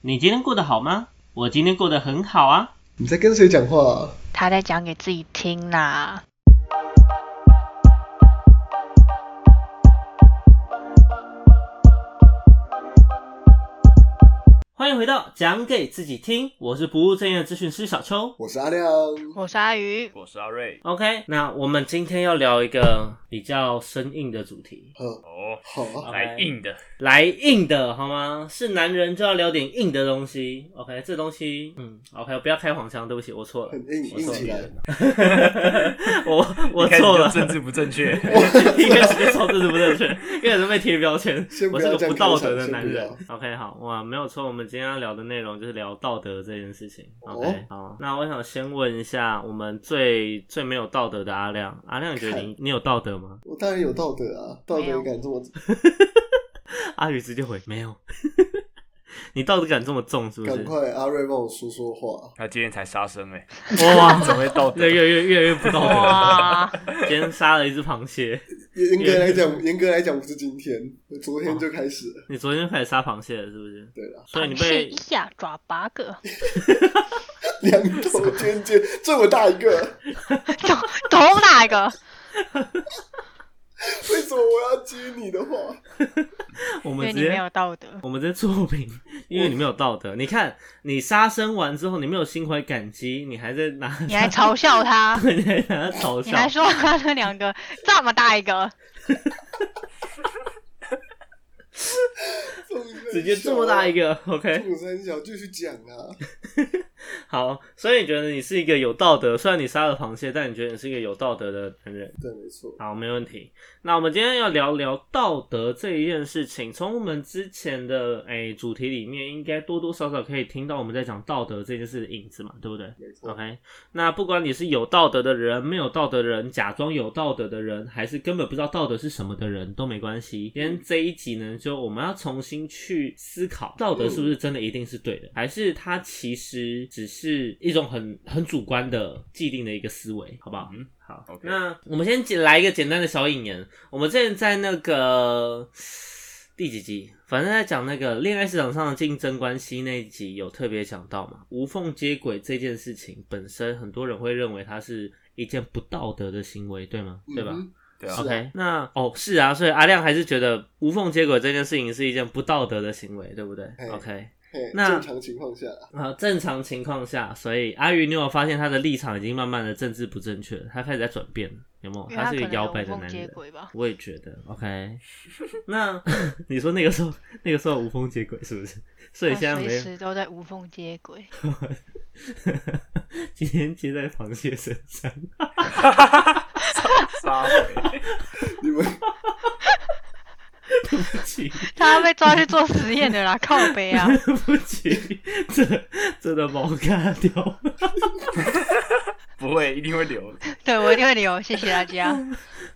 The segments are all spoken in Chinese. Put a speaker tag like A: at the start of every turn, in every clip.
A: 你今天过得好吗？我今天过得很好啊。
B: 你在跟谁讲话、啊？
C: 他在讲给自己听啦。
A: 欢迎回到讲给自己听，我是不务正业的咨询师小秋。
B: 我是阿亮，
C: 我是阿鱼，
D: 我是阿瑞。
A: OK，那我们今天要聊一个比较生硬的主题，
B: 嗯，
D: 哦，
B: 好啊，
D: 来硬的，
A: 来硬的好吗？是男人就要聊点硬的东西。OK，这东西，嗯，OK，不要开黄腔，对不起，我错了
B: 很，硬
A: 我
B: 硬
A: 错
B: 起来
A: 了，，我我
D: 一开始
A: 错
D: 就
A: 了，
D: 政治不正确。
A: 一开始就说这是不正确，一开始被贴标签
B: 先，不
A: 我
B: 要
A: 是
B: 这
A: 个
B: 样
A: 不道德的男
B: 开
A: 人
B: 场先。
A: OK，好，哇，没有错，我们今天要聊的内容就是聊道德这件事情。OK，、好，
B: 哦
A: 那我想先问一下，我们最最没有道德的阿亮，阿亮，你觉得你你有道德吗？
B: 我当然有道德啊，道
C: 没
B: 德
C: 有
B: 感这么
A: 阿宇直接回没有， 你道德感这么重是不
B: 赶
A: 是？
B: 快阿瑞帮我说说话，
D: 他今天才杀生啊哎，
A: 哇，
D: 怎么会 道德
A: 越？越越越越不道德，
C: 哇，
A: 今天杀了一只螃蟹。
B: 严格来讲，严格来讲不是今天，我昨天就开始了，
A: 你昨天就开始杀螃蟹了是不是？
B: 对了，
A: 所以你
C: 螃蟹
A: 被
C: 一下抓八个，
B: 两头尖尖，这么大一个，
C: 头头哪一个？
B: 为什么我要接你的话？
A: 我
C: 因
A: 们直
C: 为你
A: 接
C: 没有道德。
A: 我们这作品，因为你没有道德。你看，你杀生完之后，你没有心怀感激，你还在拿，，
C: 你还嘲笑他
A: 你还拿它嘲
C: 你还
A: 笑。
C: 说他那两个 这么大一个，
A: 直接这么大一
B: 个，
A: 个，OK，
B: 众三小继续讲啊，
A: 好，所以你觉得你是一个有道德，虽然你杀了螃蟹，但你觉得你是一个有道德的男人。
B: 对，没错，
A: 好，没问题。那我们今天要聊聊道德这一件事情，从我们之前的诶、主题里面，应该多多少少可以听到我们在讲道德这件事的影子嘛，对不对？
B: 没错，
A: OK，那不管你是有道德的人、没有道德的人、假装有道德的人，还是根本不知道道德是什么的人，都没关系。今
D: 嗯
A: 天这一集呢，就我们要重新去思考，道德是不
D: 嗯
A: 是真的一定是对的，还是它其实只是一种很很主观的既定的一个思维，好不好？
D: 嗯
A: 好
D: OK
A: 那我们先简来一个简单的小引言。我们之前在那个第几集，反正在讲那个恋爱市场上的竞争关系那一集，有特别讲到嘛，无缝接轨这件事情本身，很多人会认为它是一件不道德的行为，对吗？对吧？
B: 嗯
D: 对啊
B: 是，
A: OK，那哦是啊，所以阿亮还是觉得无缝接轨这件事情是一件不道德的行为，对不对
B: 哎
A: ？OK，
B: 嘿
A: 那
B: 正常情况下，
A: 啊，正常情况下，所以阿鱼，你有没有发现他的立场已经慢慢的政治不正确了，他开始在转变了，有没有？
C: 因为他
A: 是
C: 可
A: 一个
C: 能有
A: 摇摆
C: 无
A: 的
C: 缝
A: 男
C: 接
A: 人。
C: 轨吧。
A: 我也觉得，OK 那。 你说那个时候，那个时候无缝接轨是不是？所以现在
C: 他
A: 没
C: 哦随
A: 有。
C: 时都在无缝接轨，
A: 今天接在螃蟹身上，
D: 杀欸回
B: 你们
A: 对不 起，
C: 他要被抓去做实验的啦，靠背 啊！
A: 对不起， 这这的毛干掉。
D: 不会，一定会留的。
C: 对我一定会留，谢谢大家。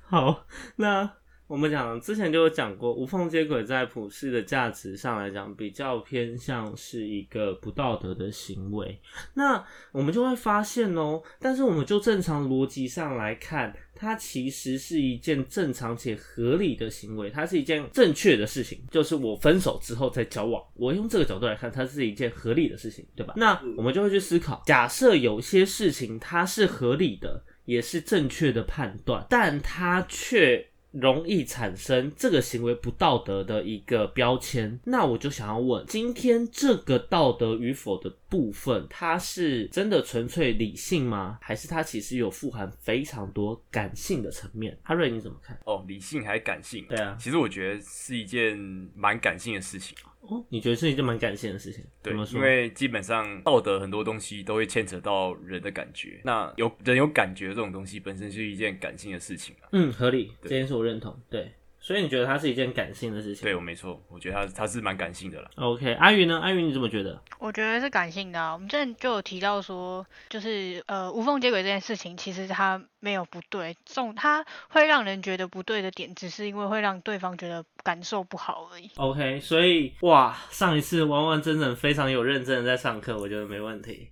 A: 好，那我们讲之前就有讲过，无缝接轨在普世的价值上来讲，比较偏向是一个不道德的行为。那我们就会发现哦，但是我们就正常逻辑上来看，它其实是一件正常且合理的行为，它是一件正确的事情，就是我分手之后再交往，我用这个角度来看，它是一件合理的事情，对吧？那我们就会去思考，假设有些事情它是合理的，也是正确的判断，但它却。容易产生这个行为不道德的一个标签，那我就想要问，今天这个道德与否的部分，它是真的纯粹理性吗？还是它其实有富含非常多感性的层面？阿瑞你怎么看？
D: 哦，理性还感性？
A: 对啊
D: 其实我觉得是一件蛮感性的事情。啊
A: 哦，你觉得是一件蛮感性的事情，
D: 对
A: 怎么，说
D: 因？为基本上道德很多东西都会牵扯到人的感觉。那有人有感觉这种东西本身是一件感性的事情啊。
A: 嗯，合理，这
D: 对
A: 件事我认同。对，所以你觉得它是一件感性的事情？
D: 对，我没错，我觉得他他是蛮感性的啦。
A: OK，阿云呢？阿云你怎么觉得？
C: 我觉得是感性的啊。我们之前就有提到说，就是呃无缝接轨这件事情，其实它没有不对，重它会让人觉得不对的点，只是因为会让对方觉得感受不好而已。
A: OK，所以哇，上一次完完整整非常有认真的在上课，我觉得没问题。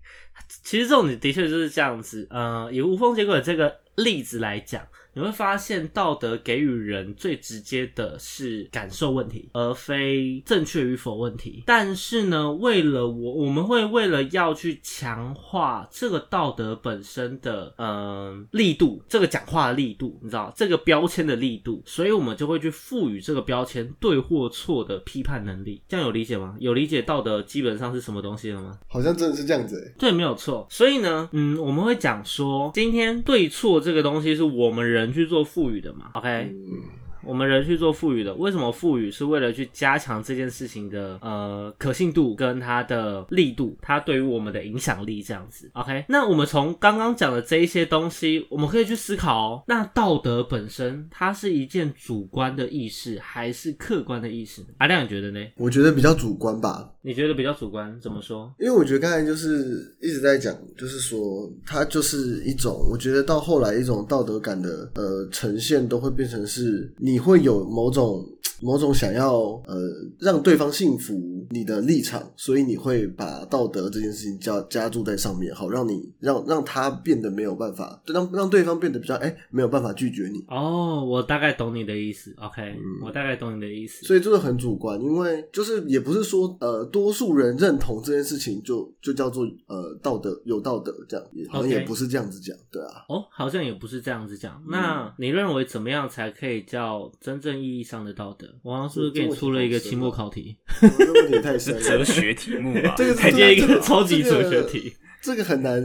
A: 其实这种的确就是这样子，呃，以无缝接轨这个例子来讲，你会发现道德给予人最直接的是感受问题，而非正确与否问题。但是呢，为了我，我们会为了要去强化这个道德本身的嗯、呃力度，这个讲话的力度，你知道这个标签的力度，所以我们就会去赋予这个标签对或错的批判能力。这样有理解吗？有理解道德基本上是什么东西了吗？
B: 好像真的是这样子哎、
A: 对，没有错。所以呢，嗯，我们会讲说，今天对错这个东西是我们人去做赋予的嘛？OK，、
B: 嗯，
A: 我们人去做赋予的。为什么赋予是为了去加强这件事情的呃可信度跟它的力度，它对于我们的影响力这样子。OK，那我们从刚刚讲的这一些东西，我们可以去思考哦。那道德本身，它是一件主观的意识还是客观的意识呢？阿亮，你觉得呢？
B: 我觉得比较主观吧，
A: 你觉得比较主观，怎么说？
B: 因为我觉得刚才就是一直在讲，就是说它就是一种，我觉得到后来一种道德感的呃呈现，都会变成是你会有某种某种想要呃让对方幸福你的立场，所以你会把道德这件事情加加注在上面，好让你让让他变得没有办法，让让对方变得比较哎没有办法拒绝你，
A: 哦，我大概懂你的意思。OK，、我大概懂你的意思。
B: 嗯所以这个很主观，因为就是也不是说呃多数人认同这件事情就就叫做呃道德有道德这样，也好像
A: OK
B: 也不是这样子讲，对 啊，
A: 哦，好像也不是这样子讲。
B: 嗯
A: 那你认为怎么样才可以叫真正意义上的道德？我好像是不是给你出了一个期末考题？
B: 这个问题太深
D: 是
B: 了，
D: 哲学题目吧？
B: 这个
A: 还
D: 太
B: 这
A: 接一
D: 简
A: 个
D: 单了吧
A: 超级哲学题，
B: 这个很难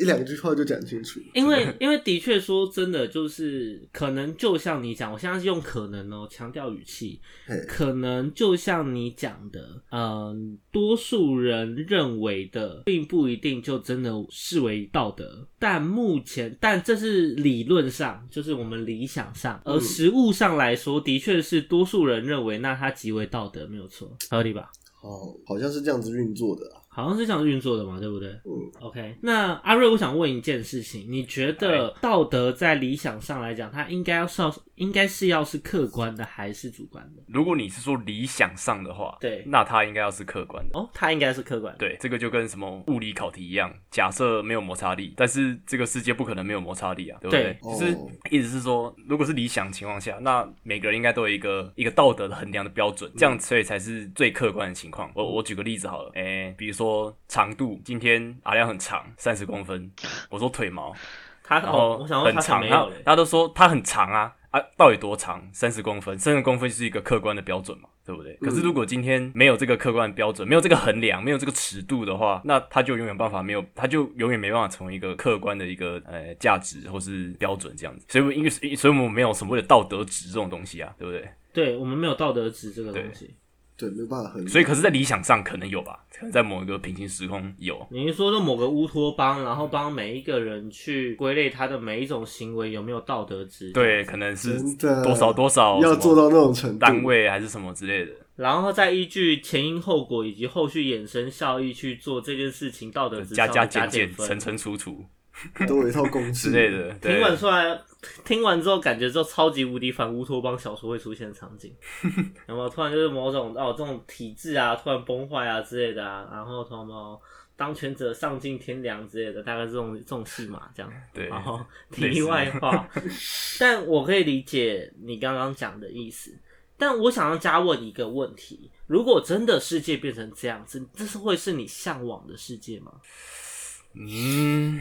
B: 一两句话就讲清楚，
A: 因为因为的确说真的，就是可能就像你讲，我现在是用可能哦，强调语气，
B: 嘿
A: 可能就像你讲的，嗯，多数人认为的，并不一定就真的视为道德。但目前，但这是理论上，就是我们理想上，而
B: 嗯
A: 实物上来说，的确是多数人认为，那它即为道德，没有错，合理吧？
B: 哦，好像是这样子运作的啊、
A: 好像是这样运作的嘛，对不对？
B: 嗯
A: ，OK。那阿瑞，我想问一件事情，你觉得
D: 哎
A: 道德在理想上来讲，它应该要是要应该是要是客观的还是主观的？
D: 如果你是说理想上的话，
A: 对
D: 那它应该要是客观的。
A: 哦，它应该是客观的。
D: 对，这个就跟什么物理考题一样，假设没有摩擦力，但是这个世界不可能没有摩擦力啊，对不
A: 对
D: 就是
B: 哦
D: 意思是说，如果是理想情况下，那每个人应该都有一个一个道德的衡量的标准，这样所以才是最客观的情况。我我举个例子好了，诶、比如说长度，今天阿亮很长，三十公分，我说腿毛，
A: 他
D: 然
A: 哦，
D: 后
A: 我想说
D: 很
A: 他才
D: 长，
A: 没
D: 然
A: 有
D: 后
A: 嘞。
D: 大家都说它很长啊啊，到底多长？三十公分，三十公分是一个客观的标准嘛，对不对？可
A: 嗯
D: 是如果今天没有这个客观的标准，没有这个衡量，没有这个尺度的话，那它就永远办法没有，它就永远没办法成为一个客观的一个呃价值或是标准这样子。所以我们因为所以我们没有所谓的道德值这种东西啊，对不对？
A: 对我们没有道德值这个东西。
B: 对，没有办法很，
D: 所以可是，在理想上可能有吧，可能在某一个平行时空有。
A: 你是说，就某个乌托邦，然后帮每一个人去归类他的每一种行为有没有道德值？
D: 对，，可能是
B: 真的
D: 多少多少
B: 要
D: 什么
B: 做到那种程度，
D: 单位还是什么之类的，
A: 然后再依据前因后果以及后续衍生效益去做这件事情，道德值
D: 加
A: 上的
D: 加
A: 加
D: 减减、
A: 分
D: 乘乘除除，
B: 都有一套公式
D: 之类。的，
A: 听
D: 对，
A: 完出来，听完之后感觉就超级无敌反乌托邦小说会出现的场 景，有没有？突然就是某种哦，这种体制啊，突然崩坏啊之类的啊，然后什么当权者丧尽天良之类的，大概这种这种戏码这样。
D: 对
A: 然后
D: 类
A: 题
D: 似
A: 外 话，但我可以理解你刚刚讲的意思，但我想要加问一个问题：如果真的世界变成这样子，这是会是你向往的世界吗？
D: 嗯，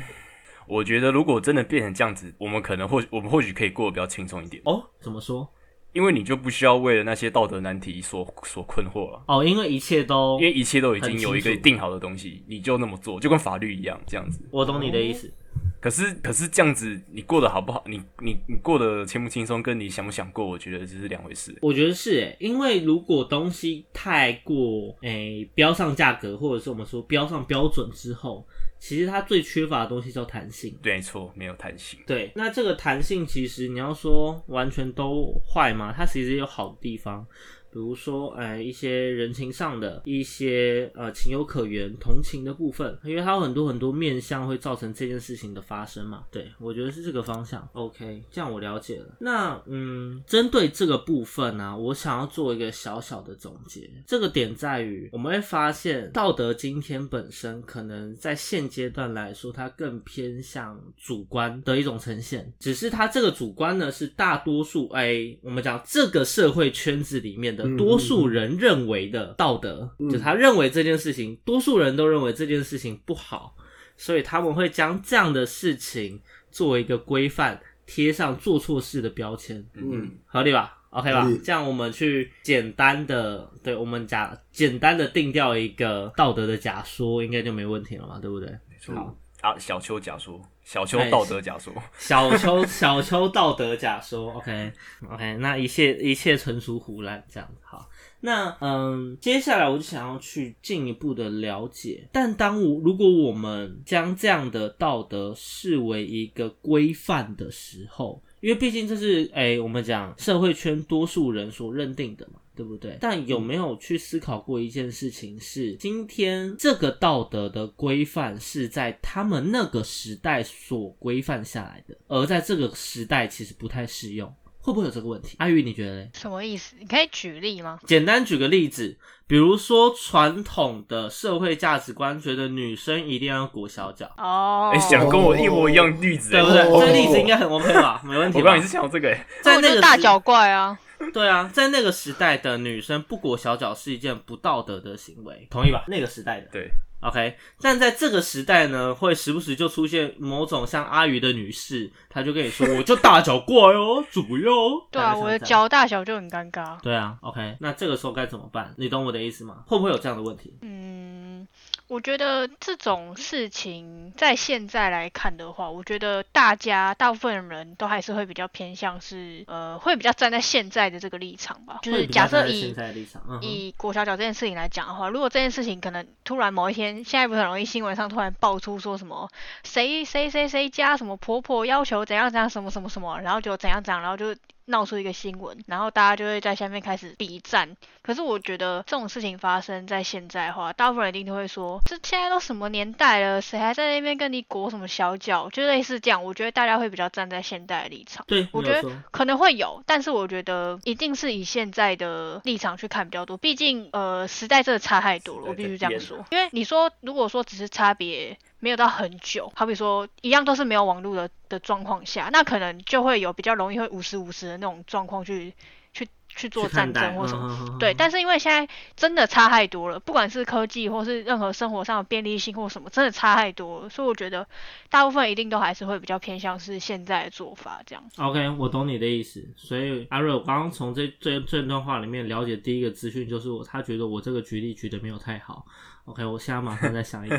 D: 我觉得如果真的变成这样子，我们可能或我们或许可以过得比较轻松一点，
A: 哦，怎么说？
D: 因为你就不需要为了那些道德难题所所困惑了。
A: 哦，因为一切都
D: 因为一切都已
A: 很
D: 经
A: 清
D: 有一个
A: 楚
D: 定好的东西，你就那么做，就跟法律一样这样子。
A: 我懂你的意思。
D: 可是，可是这样子，你过得好不好，你你你过得轻不轻松，跟你想不想过，我觉得这是两回事。
A: 我觉得是诶，因为如果东西太过诶、标上价格，或者是我们说标上标准之后，其实它最缺乏的东西叫弹性。
D: 对，没错，没有弹性。
A: 对，那这个弹性其实你要说完全都坏吗？它其实也有好的地方，比如说，哎，一些人情上的一些呃情有可原、同情的部分，因为它有很多很多面向会造成这件事情的发生嘛。对，我觉得是这个方向。OK，这样我了解了。那嗯，针对这个部分呢、啊我想要做一个小小的总结。这个点在于，我们会发现《道德今天》本身可能在现阶段来说，它更偏向主观的一种呈现。只是它这个主观呢，是大多数哎，我们讲这个社会圈子里面的
B: 嗯
A: 多数人认为的道德，
B: 嗯
A: 就他认为这件事情，多数人都认为这件事情不好，所以他们会将这样的事情作为一个规范，贴上做错事的标签。
B: 嗯，
A: 合理吧？OK 吧
B: 合理？
A: 这样我们去简单的，对我们假简单的定掉一个道德的假说，应该就没问题了嘛，对不对？
D: 没错
A: 好
D: 啊，小邱假说，小邱
A: 哎
D: 道德假说，
A: 小 邱小邱道德假说，OK OK，那一切一切纯属胡乱，这样好。那嗯，接下来我就想要去进一步的了解，但当我如果我们将这样的道德视为一个规范的时候，因为毕竟这是诶、我们讲社会圈多数人所认定的嘛，对不对？但有没有去思考过一件事情是，今天这个道德的规范是在他们那个时代所规范下来的，而在这个时代其实不太适用，会不会有这个问题？阿玉，你觉得嘞？
C: 什么意思？你可以举例吗？
A: 简单举个例子，比如说传统的社会价值观觉得女生一定要裹小脚，
C: 哦，
D: 哎，想跟我一模一样的例子，
A: 对
D: 哎
A: 不对？
B: 哦
A: 这个例子应该很 OK 吧？没问题
D: 我
A: 吧。
D: 刚刚也是想到这个，哎，
C: 那
A: 在
C: 我
A: 那
C: 就
A: 个
C: 大
A: 时
C: 脚怪啊，
A: 对啊，在那个时代的女生不裹小脚是一件不道德的行为，同意吧？那个时代的
D: 对，
A: OK，但在这个时代呢，会时不时就出现某种像阿鱼的女士，她就跟你说：“我就大脚怪哦，主哟。”
C: 对
A: 大
C: 啊，
A: 概像
C: 我的
A: 这样。
C: 脚大小就很尴尬。
A: 对啊，OK，那这个时候该怎么办？你懂我的意思吗？会不会有这样的问题？
C: 嗯，我觉得这种事情在现在来看的话，我觉得大家大部分人都还是会比较偏向是呃，会比较站在现在的这个立场吧，就
A: 会
C: 是
A: 比较
C: 假设
A: 站在
C: 以
A: 现在的立场，嗯哼，
C: 以裹小脚这件事情来讲的话，如果这件事情可能突然某一天，现在不是很容易新闻上突然爆出说什么谁谁谁谁家什么婆婆要求怎样怎样什么什么什么，然后就怎样怎样，然后就闹出一个新闻，然后大家就会在下面开始比战。可是我觉得这种事情发生在现在的话，大部分人一定都会说，这现在都什么年代了，谁还在那边跟你裹什么小脚，就类似这样。我觉得大家会比较站在现代的立场。
A: 对，
C: 我
A: 没
C: 觉
A: 有
C: 得
A: 错。
C: 可能会有，但是我觉得一定是以现在的立场去看比较多，毕竟呃时代真的差太多了，
D: 时代
C: 我必须这
D: 在
C: 样
D: 变
C: 说。因为你说如果说只是差别没有到很久，好比说一样都是没有网络的的状况下，那可能就会有比较容易会五十五十的那种状况去去去做
A: 去看
C: 战
A: 待
C: 争或什么。
A: 嗯哼
C: 对，但是因为现在真的差太多了，不管是科技或是任何生活上的便利性或什么，真的差太多了，所以我觉得大部分一定都还是会比较偏向是现在的做法这样。
A: OK，我懂你的意思。所以阿瑞，我刚刚从这这这段话里面了解第一个资讯，就是我他觉得我这个举例举的没有太好。OK，我现在马上再想一个。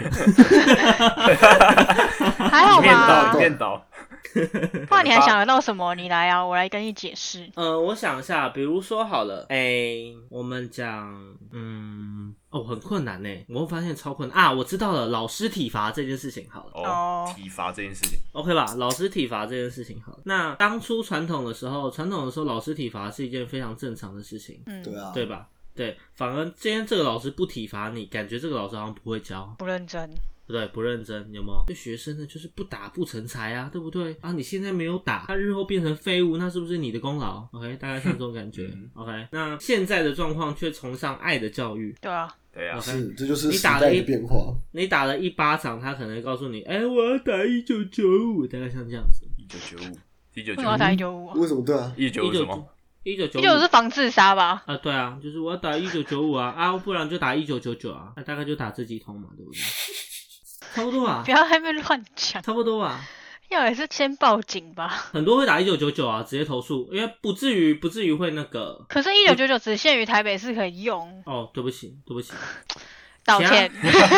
C: 还好
D: 一面
C: 吧
D: 倒一，面倒，
C: 不然你还想得到什么？你来啊，我来跟你解释。
A: 呃，我想一下，比如说好了，哎、我们讲，嗯，哦，很困难呢。我会发现超困难啊！我知道了，老师体罚这件事情好了。
D: 哦
C: 哦，
D: 体罚这件事情，
A: OK 吧，老师体罚这件事情好了。那当初传统的时候，传统的时候，老师体罚是一件非常正常的事情，
C: 嗯，
B: 对啊，
A: 对吧？对，反而今天这个老师不体罚你，感觉这个老师好像不会教，
C: 不认真，
A: 对不对？不认真，有没有？对学生呢，就是不打不成才啊，对不对？啊，你现在没有打，他日后变成废物，那是不是你的功劳？OK，大概像这种感觉
D: 嗯。
A: OK，那现在的状况却崇尚爱的教育，
C: 对啊，
D: 对啊，
A: OK
B: 是，这就是
A: 你
B: 时
A: 打
B: 代
A: 了一
B: 的变化。
A: 你打了一巴掌，他可能会告诉你，哎、我要打一九九五，大概像这样子。
D: 一九九五，一九
C: 为什
D: 九
C: 么要打一九五？
B: 为什么对啊？
D: 一九
A: 一
D: 五什
A: 九
D: 么？
A: 一九九
C: 一九五是
A: 五
C: 防自杀吧？
A: 啊，对啊，就是我要打一九九五啊，啊，不然就打一九九九啊，那、大概就打这几通嘛，对 不对？差不多啊吧
C: 不，要在那边乱讲，
A: 差不多吧。
C: 要也是先报警吧。
A: 很多会打一九九九啊，直接投诉，因为不至于不至于会那个。
C: 可是，一九九九只限于台北市可以用，
A: 哦，对不起，对不起，
C: 道歉。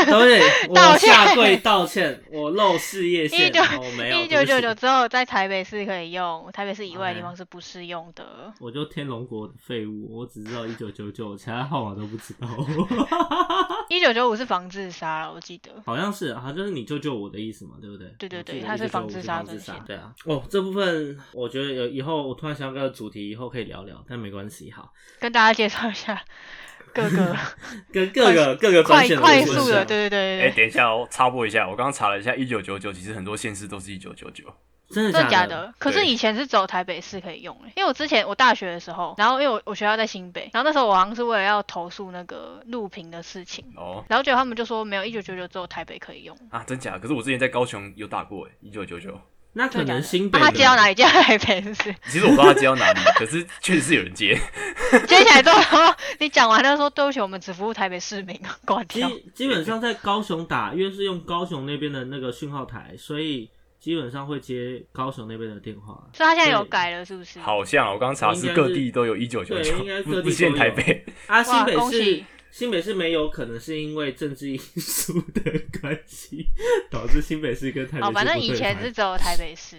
A: 对， 我
C: 道歉
A: 下跪道歉，我漏事业
C: 一
A: 线，
C: 九
A: 我没有，
C: 一
A: 对
C: 九
A: 不
C: 九
A: 起
C: 九之后，在台北市可以用，台北市以外的地
A: 哎
C: 方是不适用的。
A: 我就天龙国的废物，我只知道一九九九，其他号码都不知 道。啊
C: 一九九五是防自杀了，我记得。
A: 好像是，好像就是你救救我的意思嘛，对不对？
C: 对对对
A: 我记得
C: 它是
A: 199
C: 防
A: 是
C: 自杀
A: 防
C: 专
A: 自杀，
C: 线
A: 对啊。哦，这部分我觉得有以后我突然想到个主题，以后可以聊聊，但没关系，好，
C: 跟大家介绍一下各 个
A: 跟各个各个专
C: 快
A: 线的
C: 快
A: 部分
C: 速
A: 上
C: 的，对对对对
D: 哎、
C: 对，
D: 等一下哦，插播一下，我刚刚查了一下，一九九九其实很多县市都是一九九九。
A: 真
C: 真
A: 的
C: 的假
A: 的？
C: 的？可是
D: 对
C: 以前是走台北市可以用、欸，因为我之前我大学的时候，然后因为我我学校在新北，然后那时候我好像是为了要投诉那个录屏的事情，
D: 哦
C: 然后结果他们就说没有一九九九只有台北可以用，
D: 啊，真假？可是我之前在高雄有打过哎，一九九九。
A: 那可
C: 真的假
A: 能
C: 的？
A: 新
C: 那
A: 北
C: 啊他
A: 的
C: 接到哪里？接到台北市，
D: 其实我不知道他接到哪里，可是确实是有人接。
C: 接起来之后，然后你讲完他说对不起，我们只服务台北市民，挂
A: 基
C: 掉。
A: 基本上在高雄打，因为是用高雄那边的那个讯号台，所以基本上会接高雄那边的电话。
C: 所以他现在有
A: 对
C: 改了，是不是？
D: 好像啊我刚刚查是各地都有一九九
A: 对
D: 九
A: 应该是，各地都
D: 不
A: 有
D: 不限台北。
A: 啊，新北
C: 恭
A: 市
C: 喜
A: 新北市没有，可能是因为政治因素的关系，导致新北市跟台北市
C: 哦，反正以前是只有台北市，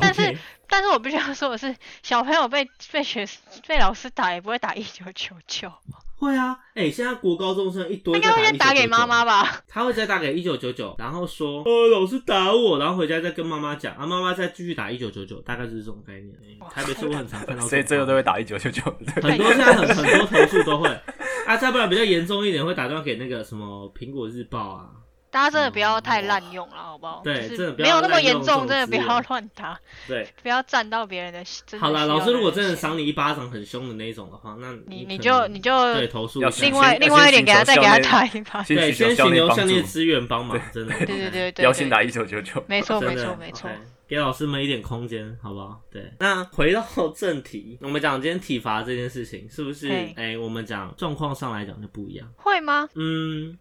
C: 但是但是我必须要说的是，小朋友被被学被老师打也不会打一九九九，
A: 会啊，哎、现在国高中生一堆
C: 应该会先打给妈妈
A: 吧，
C: 吧？
A: 他会再打给一九九九，然后说呃老师打我，然后回家再跟妈妈讲，啊妈妈再继续打一九九九，大概就是这种概念。哎台北市我很常看到这种，
D: 所以最后都会打一九九九。 对
A: 很多现在很很多投诉都会啊，再不然比较严重一点会打电话给那个什么苹果日报啊，
C: 大家真的不要太滥用了，好不好？
A: 对
C: 就
A: 真的
C: 是
A: 不要
C: 没有那么严
A: 滥用
C: 重，
A: 这种
C: 真的
A: 资
C: 不
A: 源
C: 要乱打，
A: 对。
C: 不要占到别人的。真的
A: 好啦，
C: 需要
A: 老师，如果真的
C: 人钱
A: 赏你一巴掌很凶的那一种的话，那
C: 你
A: 你
C: 你
A: 可
C: 就
A: 能
C: 你就
A: 对投诉一
D: 要
A: 下
C: 另外
D: 先
C: 另外一点
D: 先
C: 给他
D: 请
C: 再给
D: 求
C: 他
D: 校内
C: 打一把，
D: 先
A: 啊对
D: 寻求
A: 先
D: 校
A: 请
D: 内
A: 求
D: 帮
A: 校
D: 助
A: 内，资源帮忙，真的
D: 对
C: 对对对对，
D: 不要先
C: 对
D: 打一九九九。
C: 没错没
A: 真的
C: 错没错
A: OK，给老师们一点空间，好不好？对，那回到 正题，我们讲今天体罚这件事情，是不是？
C: 嘿
A: 哎、我们讲状况上来讲就不一样。
C: 会吗？
A: 嗯，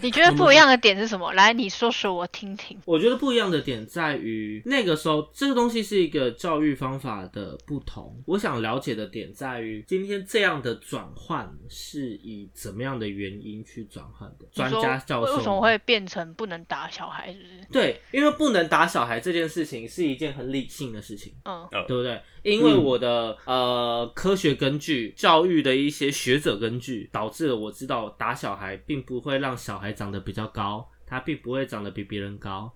C: 你觉得不一样的点是什么？来，你说说我听听。
A: 我觉得不一样的点在于，那个时候这个东西是一个教育方法的不同。我想了解的点在于，今天这样的转换是以怎么样的原因去转换的？
C: 你
A: 专
C: 说
A: 家教授
C: 为什么
A: 们
C: 会变成不能打小孩？是不是？
A: 对，因为不能打小孩这件事情是一件很理性的事情，
C: 嗯，
A: 对不对？因为我的、呃科学根据、教育的一些学者根据，导致了我知道打小孩并不会让小孩长得比较高，他并不会长得比别人 高，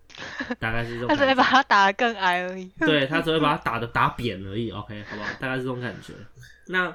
A: 大概是这种感
C: 他只会
A: 觉。
C: 把他打得更矮而已。
A: 对他只会把他打的打扁而已。OK，好不好？大概是这种感觉。那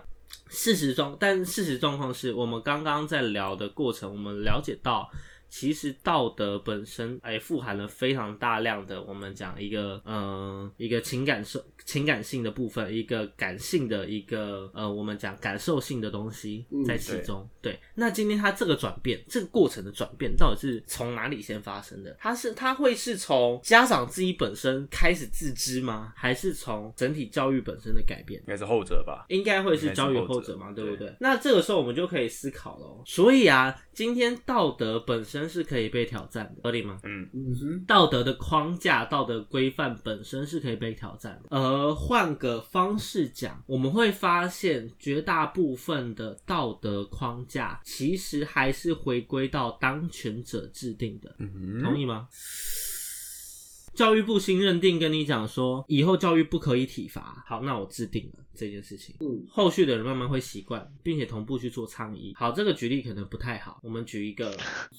A: 事实状，但事实状况是我们刚刚在聊的过程，我们了解到，其实道德本身，哎，富含了非常大量的我们讲一个，嗯、一个情感受、情感性的部分，一个感性的一个，呃，我们讲感受性的东西
B: 嗯
A: 在其中。对，那今天他这个转变，这个过程的转变，到底是从哪里先发生的？他是他会是从家长自己本身开始自知吗？还是从整体教育本身的改变？
D: 应该是后者吧。
A: 应该会是交与后者嘛，
D: 应该
A: 对
D: 是后者
A: 不对？那这个时候我们就可以思考喽。所以啊，今天道德本身是可以被挑战的，合理吗？
D: 嗯，
B: 嗯哼，
A: 道德的框架、道德规范本身是可以被挑战的。而换个方式讲，我们会发现绝大部分的道德框架其实还是回归到当权者制定的。同
D: 嗯，
A: 意吗？教育部新认定跟你讲说，以后教育不可以体罚。好，那我制定了这件事情。
B: 嗯，
A: 后续的人慢慢会习惯，并且同步去做倡议。好，这个举例可能不太好，我们举一 个，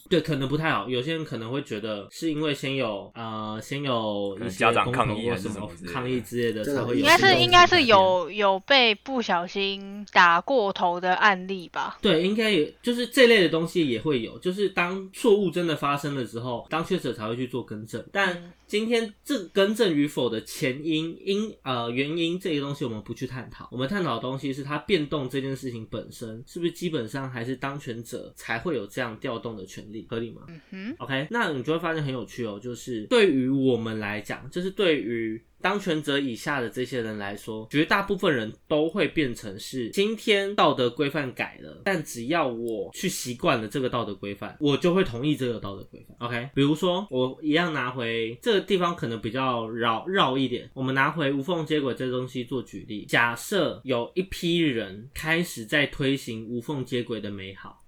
A: 对，可能不太好。有些人可能会觉得是因为先有呃，先有一些
D: 可能家长
A: 公投
D: 抗议
A: 或
D: 还是
A: 什么
D: 什么之类的
A: 抗议之类的，
B: 对
A: 才会有
C: 应
A: 这
C: 该
A: 种改
C: 是
A: 变。
C: 应该是有有被不小心打过头的案例吧？
A: 对，应该也就是这类的东西也会有，就是当错误真的发生了之后，当确者才会去做更正。但
C: 嗯
A: 今天这个更正与否的前因因呃原因这些东西我们不去探讨，我们探讨的东西是它变动这件事情本身是不是基本上还是当权者才会有这样调动的权利，合理吗？
C: 嗯哼，
A: OK，那你就会发现很有趣哦，就是对于我们来讲，就是对于当权者以下的这些人来说，绝大部分人都会变成是今天道德规范改了，但只要我去习惯了这个道德规范，我就会同意这个道德规范。OK，比如说我一样拿回这个地方可能比较绕绕一点，我们拿回无缝接轨这东西做举例，假设有一批人开始在推行无缝接轨的美好。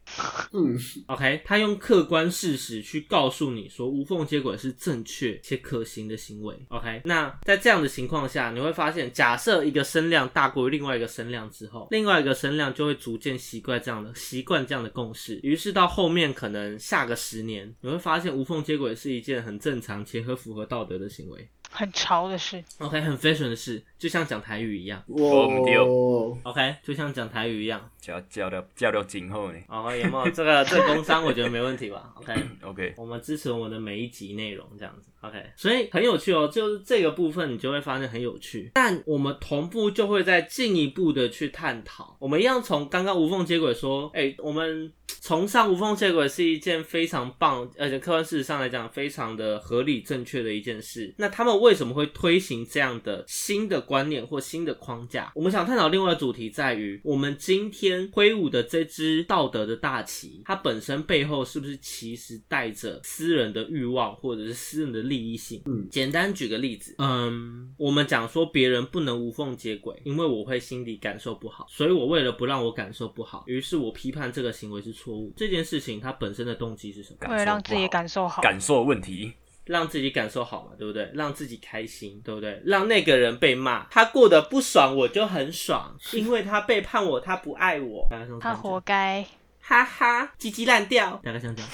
B: 嗯，
A: OK，他用客观事实去告诉你说无缝接轨是正确且可行的行为。OK，那在这样的情况下，你会发现，假设一个声量大过于另外一个声量之后，另外一个声量就会逐渐习惯这样的习惯这样的共识。于是到后面可能下个十年，你会发现无缝接轨是一件很正常且很符合道德的行为。
C: 很潮的事。
A: OK，很 fashion 的事，就像讲台语一样。
D: 哦们丢
B: 我
A: OK，就像讲台语一样。
D: 叫叫了叫了今后呢
A: 哦，有没有这个这个工商？我觉得没问题吧。OK。
D: ？OK，
A: 我们支持我们的每一集内容这样子，OK，所以很有趣哦，就是这个部分你就会发现很有趣。但我们同步就会再进一步的去探讨，我们一样从刚刚无缝接轨说，哎、我们崇尚无缝接轨是一件非常棒，而且客观事实上来讲非常的合理正确的一件事。那他们为什么会推行这样的新的观念或新的框架？我们想探讨另外的主题在于，我们今天挥舞的这支道德的大旗，它本身背后是不是其实带着私人的欲望或者是私人的利益性？
B: 嗯
A: 简单举个例子，嗯，我们讲说别人不能无缝接轨，因为我会心里感受不好，所以我为了不让我感受不好，于是我批判这个行为是错误。这件事情它本身的动机是什么？
D: 感受
C: 为了让自己
D: 不好
C: 感受好，
D: 感受问题，
A: 让自己感受好嘛，对不对？让自己开心，对不对？让那个人被骂，他过得不爽，我就很爽， 因为他背叛我，他不爱我，大概像这种
C: 他
A: 感觉
C: 活，该。
A: 哈哈，鸡鸡烂掉，大概像这样，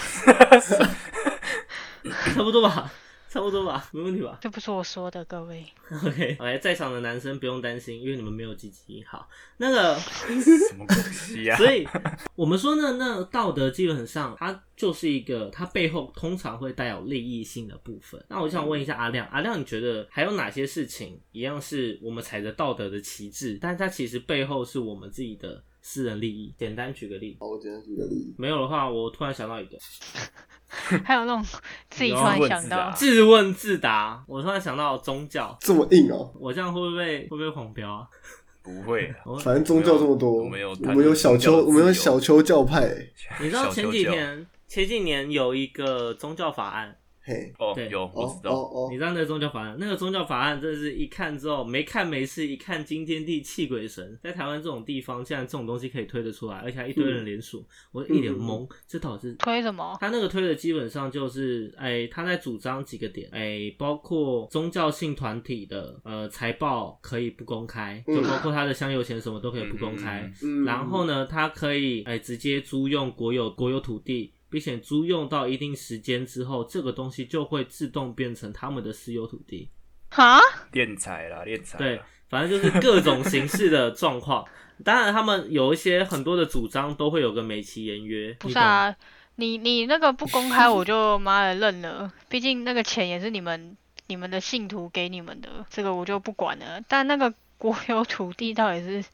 A: 差不多吧，差不多吧，没问题吧？
C: 这不是我说的，各位。
A: OK，OK，在 场的男生不用担心，因为你们没有鸡鸡。好，那个，
D: 什么东西啊？
A: 所以我们说呢，那道德基本上它就是一个，它背后通常会带有利益性的部分。那我想问一下阿亮，阿亮你觉得还有哪些事情一样是我们踩着道德的旗帜，但它其实背后是我们自己的私人利益？简单举个例子，
B: 哦好，我简单举个例，
A: 没有的话，我突然想到一个
C: 还有那种自己
A: 有
C: 突
A: 啊
C: 然
D: 问
C: 想
D: 自
C: 到
D: 啊，
A: 自问自答，我突然想到宗教，
B: 这么硬哦、
A: 我这样会不会会不会黄标啊？
D: 不会啊啦，
A: 我
B: 反正宗教这么多，
D: 我们有
B: 我们有小丘，我们有小丘教派、
A: 你知道前几
D: 小舅舅
A: 天前几年有一个宗教法案，
B: 嘿，
D: 哦
A: 对
D: 有我
B: 哦
D: 知
B: 哦
D: 道，
B: 哦
A: 你，知道那个宗教法案？那个宗教法案真的是一看之后没看没事，一看惊天地泣鬼神。在台湾这种地方，竟然这种东西可以推得出来，而且还一堆
D: 嗯
A: 人联署，我一脸懵，这导致
C: 推 什么？
A: 他那个推的基本上就是，哎，他在主张几个点，哎，包括宗教性团体的呃财报可以不公开，就
B: 嗯
A: 包括他的香油钱什么都可以不公开。
D: 嗯嗯
B: 嗯
D: 嗯
A: 然后？呢，它可以哎、直接租用国有国有土地，并且租用到一定时间之后，这个东西就会自动变成他们的私有土地。
C: 哈？
D: 练财啦，练财啦，
A: 对，反正就是各种形式的状况。当然，他们有一些很多的主张都会有个美其言约，
C: 不
A: 你
C: 是
A: 懂吗
C: 啊，你你那个不公开，我就妈的认了。毕竟那个钱也是你们你们的信徒给你们的，这个我就不管了。但那个国有土地到底是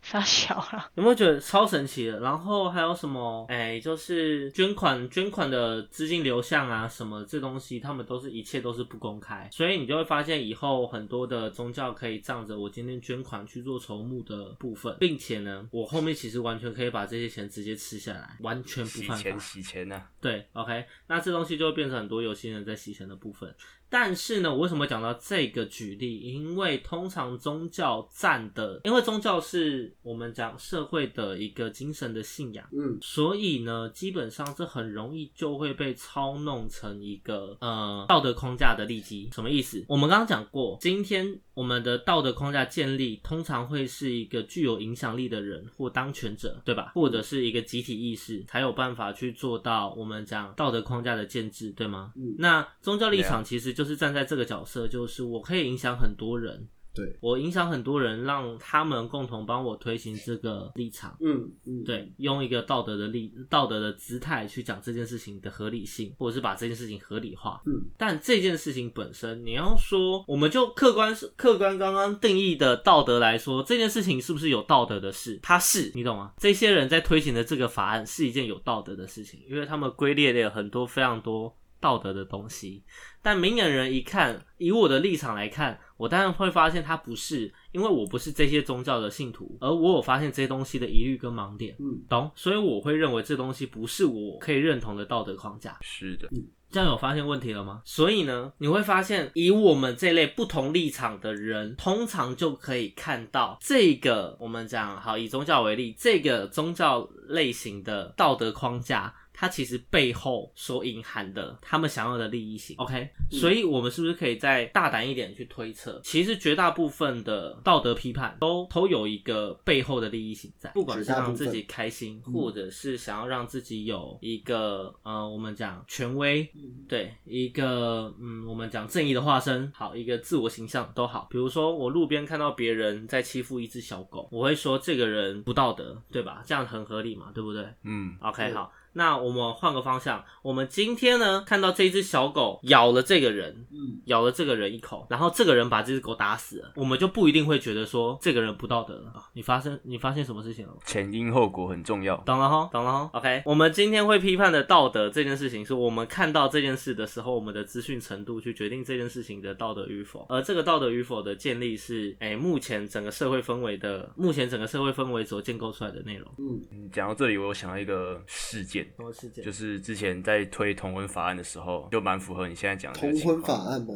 C: 啥小啊了？
A: 有没有觉得超神奇的？然后还有什么？哎、就是捐款捐款的资金流向啊，什么这东西，他们都是一切都是不公开，所以你就会发现以后很多的宗教可以仗着我今天捐款去做筹募的部分，并且呢，我后面其实完全可以把这些钱直接吃下来，完全不
D: 洗
A: 犯法
D: 钱。洗钱呐、啊，
A: 对，OK，那这东西就会变成很多有心人在洗钱的部分。但是呢，我为什么讲到这个举例？因为通常宗教占的，因为宗教是我们讲社会的一个精神的信仰，
B: 嗯
A: 所以呢，基本上这很容易就会被操弄成一个呃道德框架的利基。什么意思？我们刚刚讲过，今天我们的道德框架建立，通常会是一个具有影响力的人或当权者，对吧？或者是一个集体意识，才有办法去做到我们讲道德框架的建制，对吗？
B: 嗯
A: 那宗教立场其实就是站在这个角色，就是我可以影响很多人，
B: 对
A: 我影响很多人，让他们共同帮我推行这个立场。
B: 嗯嗯，
A: 对，用一个道德的立道德的姿态去讲这件事情的合理性，或者是把这件事情合理化。
B: 嗯，
A: 但这件事情本身，你要说，我们就客观客观刚刚定义的道德来说，这件事情是不是有道德的事？它是，你懂吗？这些人在推行的这个法案是一件有道德的事情，因为他们归列了很多非常多。道德的东西。但明眼人一看，以我的立场来看，我当然会发现它不是，因为我不是这些宗教的信徒，而我有发现这些东西的疑虑跟盲点，
B: 嗯，
A: 懂？所以我会认为这东西不是我可以认同的道德框架。
D: 是的，
A: 这样有发现问题了吗？所以呢，你会发现，以我们这类不同立场的人，通常就可以看到这个，我们讲好以宗教为例，这个宗教类型的道德框架。它其实背后所隐含的他们想要的利益性，OK，、
B: 嗯
A: 所以我们是不是可以再大胆一点去推测？其实绝大部分的道德批判都都有一个背后的利益性在，不管是
B: 绝大部
A: 让
B: 分
A: 自己开心，
B: 嗯
A: 或者是想要让自己有一个呃，我们讲权威，对一个嗯，我们讲正义的化身，好一个自我形象都好。比如说我路边看到别人在欺负一只小狗，我会说这个人不道德，对吧？这样很合理嘛，对不对
D: 嗯，
A: ？OK，
B: 嗯
A: 好，那我们换个方向，我们今天呢看到这只小狗咬了这个人，
B: 嗯，
A: 咬了这个人一口，然后这个人把这只狗打死了，我们就不一定会觉得说这个人不道德了啊。你发生你发现什么事情了吗？
D: 前因后果很重要。
A: 懂了哈，懂了哈。OK，我们今天会批判的道德这件事情，是我们看到这件事的时候，我们的资讯程度去决定这件事情的道德与否。而这个道德与否的建立是，哎、目前整个社会氛围的，目前整个社会氛围所建构出来的内容。
D: 嗯讲到这里，我有想到一个事件，
A: 什么事件？
D: 就是之前在推同婚法案的时候，就蛮符合你现在讲的这个
B: 同
D: 情
B: 婚
D: 况
B: 法案吗？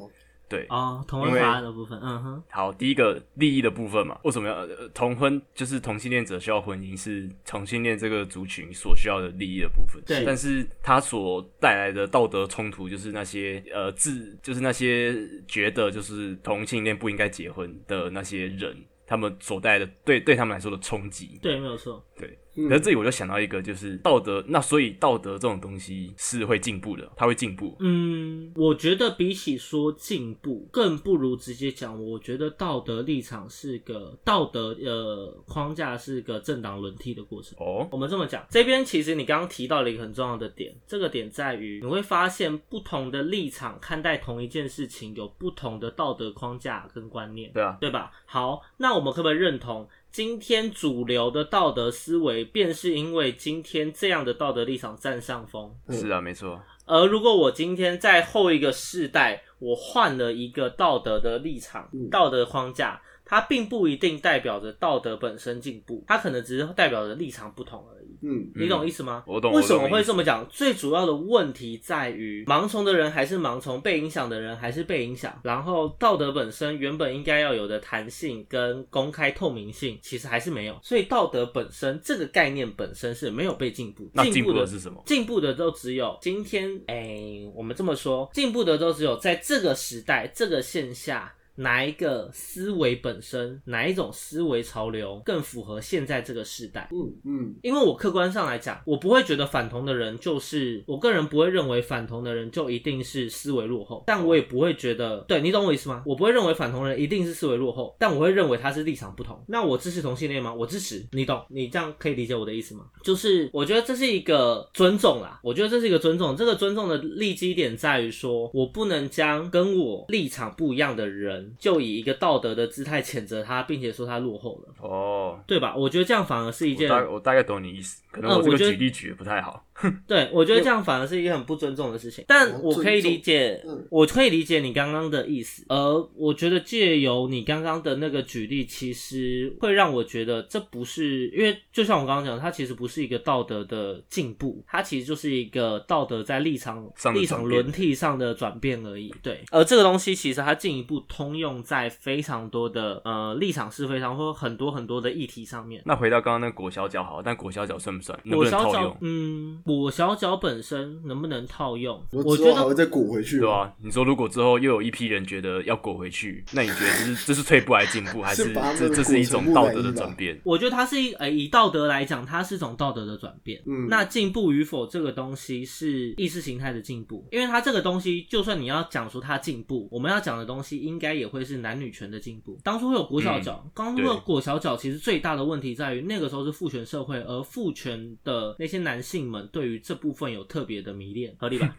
D: 对。
A: 哦，同文法案的部分，嗯哼，
D: 好，第一个利益的部分嘛，为什么要、呃、同婚？就是同性恋者需要婚姻，是同性恋这个族群所需要的利益的部分。
A: 对
D: 但是它所带来的道德冲突，就是那些呃自，就是那些觉得就是同性恋不应该结婚的那些人，他们所带来的对对他们来说的冲击。
A: 对，没有错。
D: 对，
B: 嗯
D: 可是这里我就想到一个，就是道德。那所以道德这种东西是会进步的，它会进步。
A: 嗯，我觉得比起说进步，更不如直接讲，我觉得道德立场是个道德呃框架是个政党轮替的过程。
D: 哦，
A: 我们这么讲，这边其实你刚刚提到了一个很重要的点，这个点在于你会发现不同的立场看待同一件事情有不同的道德框架跟观念，
D: 对啊，
A: 对吧？好，那我们可不可以认同，今天主流的道德思维，便是因为今天这样的道德立场占上风？
B: 嗯
D: 是啊，没错，
A: 而如果我今天在后一个世代，我换了一个道德的立场、
B: 嗯
A: 道德框架，它并不一定代表着道德本身进步，它可能只是代表着立场不同而已。
B: 嗯，
A: 你懂意思吗？
D: 我懂
A: 为什
D: 我
A: 么
D: 懂
A: 会这么讲？最主要的问题在于，盲从的人还是盲从，被影响的人还是被影响。然后道德本身原本应该要有的弹性跟公开透明性，其实还是没有。所以道德本身这个概念本身是没有被进步。
D: 那
A: 进
D: 进
A: 步
D: 步
A: 的
D: 的是什么？
A: 进步的都只有今天，哎、我们这么说，进步的都只有在这个时代、这个线下，哪一个思维本身，哪一种思维潮流更符合现在这个时代。
B: 嗯嗯
A: 因为我客观上来讲，我不会觉得反同的人就是我个人不会认为反同的人就一定是思维落后，但我也不会觉得对你懂我意思吗？我不会认为反同人一定是思维落后，但我会认为他是立场不同。那我支持同性恋吗？我支持，你懂？你这样可以理解我的意思吗？就是我觉得这是一个尊重啦，我觉得这是一个尊重。这个尊重的立基点在于说，我不能将跟我立场不一样的人就以一个道德的姿态谴责他，并且说他落后了，
D: 哦，
A: 对吧？我觉得这样反而是一
D: 我
A: 件
D: 大我大概懂你意思，可能
A: 呃
D: 我这
A: 我
D: 个
A: 觉得
D: 举例举的不太好。
A: 对，我觉得这样反而是一个很不尊重的事情，但我可以理解
B: 嗯，
A: 我可以理解你刚刚的意思，而我觉得借由你刚刚的那个举例，其实会让我觉得这不是，因为就像我刚刚讲的，它其实不是一个道德的进步，它其实就是一个道德在立场
D: 上的
A: 立场
D: 转变
A: 轮替上的转变而已。对，而这个东西其实它进一步通用在非常多的呃立场是非常或很多很多的议题上面。
D: 那回到刚刚那个裹小脚好了，但裹小脚算不算？能不
A: 裹
D: 能
A: 小
D: 套
A: 脚
D: 用，？
A: 嗯，裹小脚本身能不能套用？
B: 我
A: 我
B: 之
A: 觉
B: 后还会
A: 得
B: 再鼓回去，
D: 对啊，你说如果之后又有一批人觉得要裹回去，那你觉得这是这是退步还是进步，还
B: 是把他
D: 这
B: 们
D: 这是一种
B: 裹成木
D: 道
B: 乃
D: 德
B: 伊
D: 的
B: 吧
D: 转变？
A: 我觉得它是一呃，以道德来讲，它是一种道德的转变。
B: 嗯
A: 那进步与否这个东西是意识形态的进步，因为它这个东西，就算你要讲说它进步，我们要讲的东西应该也会是男女权的进步。当初会有裹
D: 嗯
A: 小脚，刚刚
D: 对
A: 会有裹小脚，其实最大的问题在于那个时候是父权社会，而父权的那些男性们对于这部分有特别的迷恋，合理吧？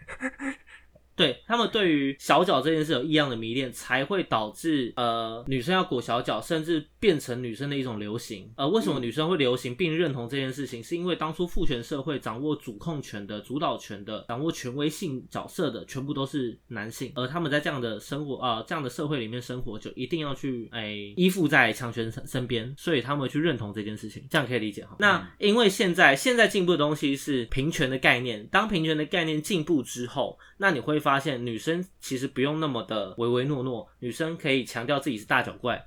A: 对，他们对于小脚这件事有异样的迷恋，才会导致呃女生要裹小脚，甚至变成女生的一种流行。呃，为什么女生会流行并认同这件事情？是因为当初父权社会掌握主控权的、主导权的、掌握权威性角色的，全部都是男性，而他们在这样的生活啊、呃这样的社会里面生活，就一定要去哎、依附在强权身身边，所以他们会去认同这件事情，这样可以理解哈。那因为现在现在进步的东西是平权的概念，当平权的概念进步之后，那你会发现女生其实不用那么的唯唯诺诺，女生可以强调自己是大脚怪，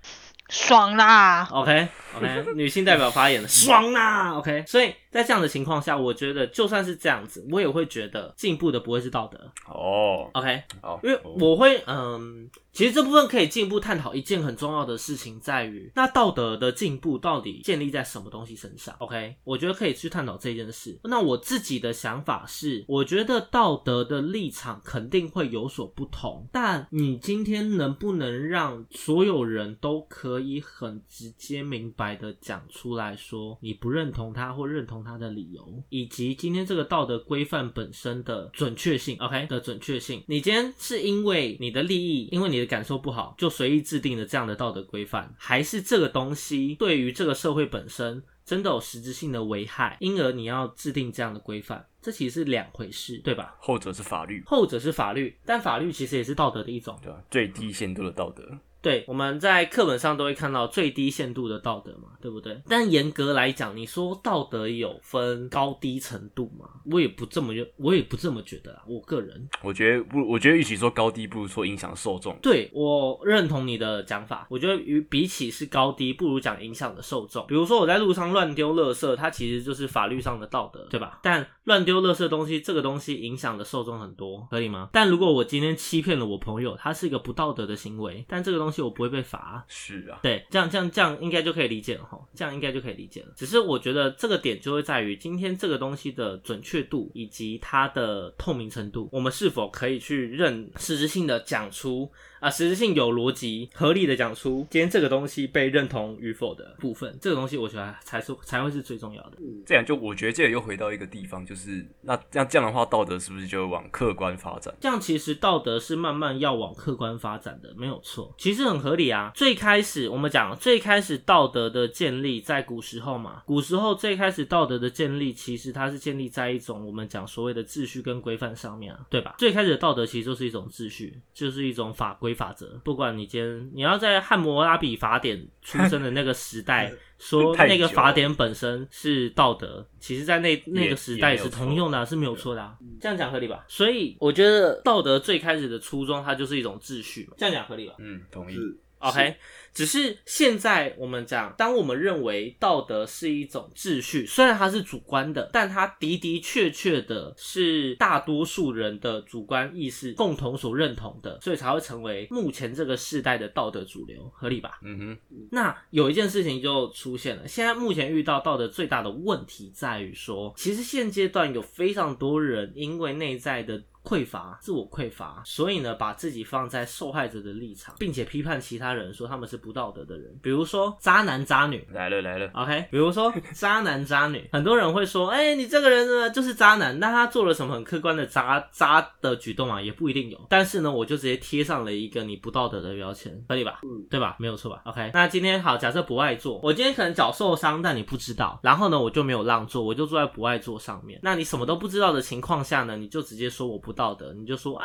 C: 爽啦！
A: OK OK，女性代表发言了，爽啦、OK，所以在这样的情况下，我觉得就算是这样子，我也会觉得进步的不会是道德。
D: 哦，
A: OK，
D: 好，
A: 因为我会嗯，其实这部分可以进一步探讨一件很重要的事情，在于那道德的进步到底建立在什么东西身上？OK，我觉得可以去探讨这件事。那我自己的想法是，我觉得道德的立场肯定会有所不同，但你今天能不能让所有人都可以很直接明白的讲出来说你不认同他或认同他的理由，以及今天这个道德规范本身的准确性，OK 的准确性。你今天是因为你的利益，因为你的感受不好，就随意制定的这样的道德规范，还是这个东西对于这个社会本身真的有实质性的危害，因而你要制定这样的规范，这其实是两回事，对吧？
D: 后者是法律，
A: 后者是法律，但法律其实也是道德的一种。
D: 对吧、最低限度的道德，
A: 对，我们在课本上都会看到最低限度的道德嘛，对不对？但严格来讲，你说道德有分高低程度嘛？我也不这么认，我也不这么觉得啊。我个人
D: 我觉得不，我觉得与其说高低，不如说影响受众。
A: 对我认同你的讲法，我觉得与比起是高低，不如讲影响的受众。比如说我在路上乱丢垃圾，它其实就是法律上的道德，对吧？但乱丢垃圾的东西，这个东西影响的受众很多，可以吗？但如果我今天欺骗了我朋友，他是一个不道德的行为，但这个东西我不会被罚啊、
D: 是啊，
A: 对，这样这样这样应该就可以理解了哈，这样应该就可以理解了。只是我觉得这个点就会在于今天这个东西的准确度以及它的透明程度，我们是否可以去认实质性的讲出啊、实质性有逻辑、合理的讲出今天这个东西被认同与否的部分，这个东西我觉得才是才会是最重要的。
D: 这样就我觉得这又回到一个地方，就是那这样这样的话，道德是不是就往客观发展？
A: 这样其实道德是慢慢要往客观发展的，没有错，其实很合理啊。最开始我们讲，最开始道德的建立在古时候嘛，古时候最开始道德的建立，其实它是建立在一种我们讲所谓的秩序跟规范上面啊，对吧？最开始的道德其实就是一种秩序，就是一种法规法则。不管你今天你要在汉谟拉比法典出生的那个时 代说
D: 太
A: 那个
D: 久
A: 法
D: 了
A: 典本身是道德，其实在那那
D: 也
A: 个时代
D: 也
A: 也
D: 没有
A: 是通
D: 错
A: 用的啊、是没有错的、啊。这样讲合理吧？所以我觉得道德最开始的初衷，它就是一种秩序嘛。这样讲合理吧？
D: 嗯，同意。
B: 是
A: OK，只是现在我们讲，当我们认为道德是一种秩序，虽然它是主观的，但它的的确确的是大多数人的主观意识共同所认同的，所以才会成为目前这个世代的道德主流，合理吧？
D: 嗯哼，
A: 那有一件事情就出现了，现在目前遇到到的最大的问题在于说，其实现阶段有非常多人因为内在的匮乏、自我匮乏，所以呢，把自己放在受害者的立场，并且批判其他人说他们是不道德的人，比如说渣男渣女。
D: 来了来了，
A: OK，比如说渣男渣女， 很多人会说，哎、你这个人呢就是渣男，那他做了什么很客观的渣渣的举动啊，也不一定有。但是呢，我就直接贴上了一个你不道德的标签，合理吧？
B: 嗯，
A: 对吧？没有错吧？OK，那今天好，假设不爱做，我今天可能脚受伤，但你不知道，然后呢，我就没有让座，我就坐在不爱座上面。那你什么都不知道的情况下呢，你就直接说我不道德，你就说啊，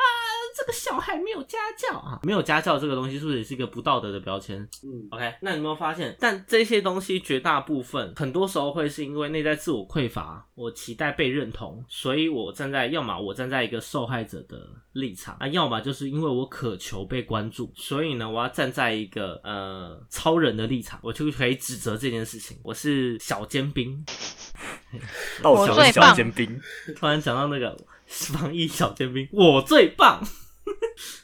A: 这个小孩没有家教啊，没有家教这个东西是不是也是一个不道德的标签？
B: 嗯，
A: OK，那你有没有发现？但这些东西绝大部分，很多时候会是因为内在自我匮乏，我期待被认同，所以我站在要么我站在一个受害者的立场，啊，要么就是因为我渴求被关注，所以呢，我要站在一个呃超人的立场，我就可以指责这件事情，我是小尖兵。
D: 到
C: 我最
D: 小
C: 棒
D: 小尖兵，
A: 突然想到那个防疫小尖兵，我最棒。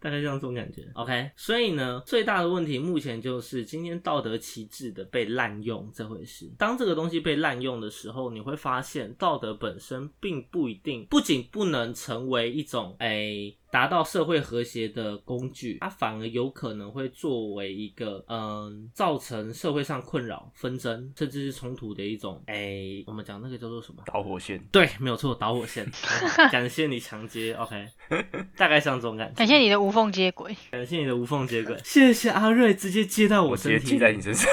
A: 大概像这种感觉。OK，所以呢，最大的问题目前就是今天道德旗帜的被滥用这回事。当这个东西被滥用的时候，你会发现道德本身并不一定，不仅不能成为一种诶。达到社会和谐的工具，它反而有可能会作为一个嗯，造成社会上困扰、纷争甚至是冲突的一种。诶，我们讲那个叫做什么？
D: 导火线。
A: 对，没有错，导火 线。感谢你强接，OK，大概像这种感觉。
C: 感谢你的无缝接轨，
A: 感谢你的无缝接轨，谢谢阿瑞直接接到我
D: 我直接
A: 身
D: 记
A: 体
D: 在你身上。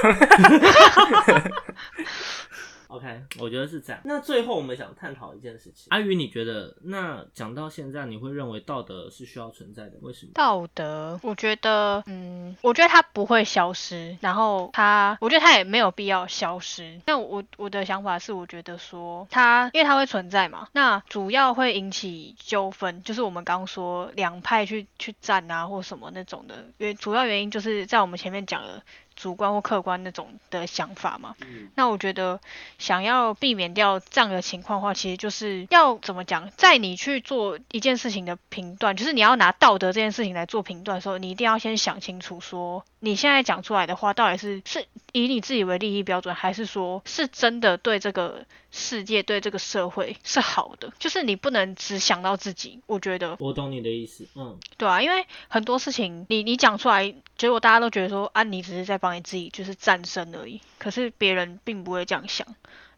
A: OK，我觉得是这样。那最后我们想探讨一件事情，阿宇，你觉得那讲到现在，你会认为道德是需要存在的？为什么？
C: 道德，我觉得，嗯，我觉得它不会消失，然后它，我觉得它也没有必要消失。那我我的想法是，我觉得说它，因为它会存在嘛，那主要会引起纠纷，就是我们刚说两派去去战啊或什么那种的，因为主要原因就是在我们前面讲的主观或客观那种的想法嘛。那我觉得想要避免掉这样的情况的话，其实就是要怎么讲，在你去做一件事情的评断，就是你要拿道德这件事情来做评断的时候，你一定要先想清楚说，你现在讲出来的话到底是是以你自己为利益标准，还是说是真的对这个世界、对这个社会是好的？就是你不能只想到自己，我觉得
A: 我懂你的意思，嗯，
C: 对啊，因为很多事情你你讲出来，结果大家都觉得说啊，你只是在帮你自己就是战胜而已，可是别人并不会这样想。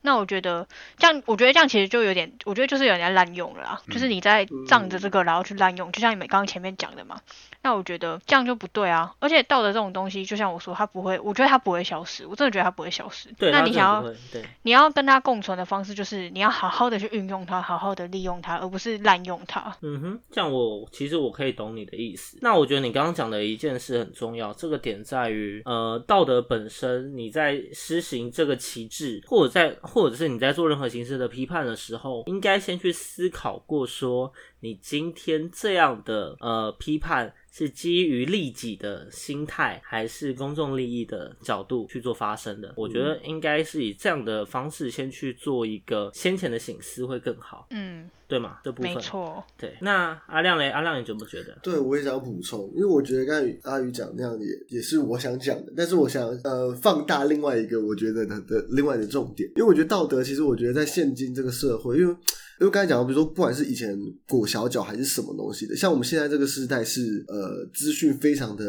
C: 那我觉得这样，我觉得这样其实就有点，我觉得就是有人在滥用了啦，
A: 嗯
C: 就是你在仗着这个然后去滥用，就像你们刚刚前面讲的嘛。那我觉得这样就不对啊，而且道德这种东西，就像我说，它不会，我觉得它不会消失，我真的觉得它不会消失。
A: 对，
C: 那
A: 他
C: 你
A: 真
C: 想
A: 的
C: 要
A: 不会对，
C: 你要跟它共存的方式，就是你要好好的去运用它，好好的利用它，而不是滥用它。
A: 嗯哼，这样我其实我可以懂你的意思。那我觉得你刚刚讲的一件事很重要，这个点在于，呃，道德本身，你在施行这个旗帜，或者在或者是你在做任何形式的批判的时候，应该先去思考过说，你今天这样的呃批判。是基于利己的心态，还是公众利益的角度去做发声的？我觉得应该是以这样的方式先去做一个先前的醒思会更好，
C: 嗯，
A: 对吗？这部分
C: 没错。
A: 对，那阿亮嘞？阿亮你怎么觉得？
B: 对，我也想补充，因为我觉得刚才阿宇讲那样的也也是我想讲的，但是我想呃放大另外一个我觉得的的另外的重点，因为我觉得道德其实我觉得在现今这个社会，因为因为刚才讲到，比如说不管是以前裹小脚还是什么东西的，像我们现在这个时代是呃资讯非常的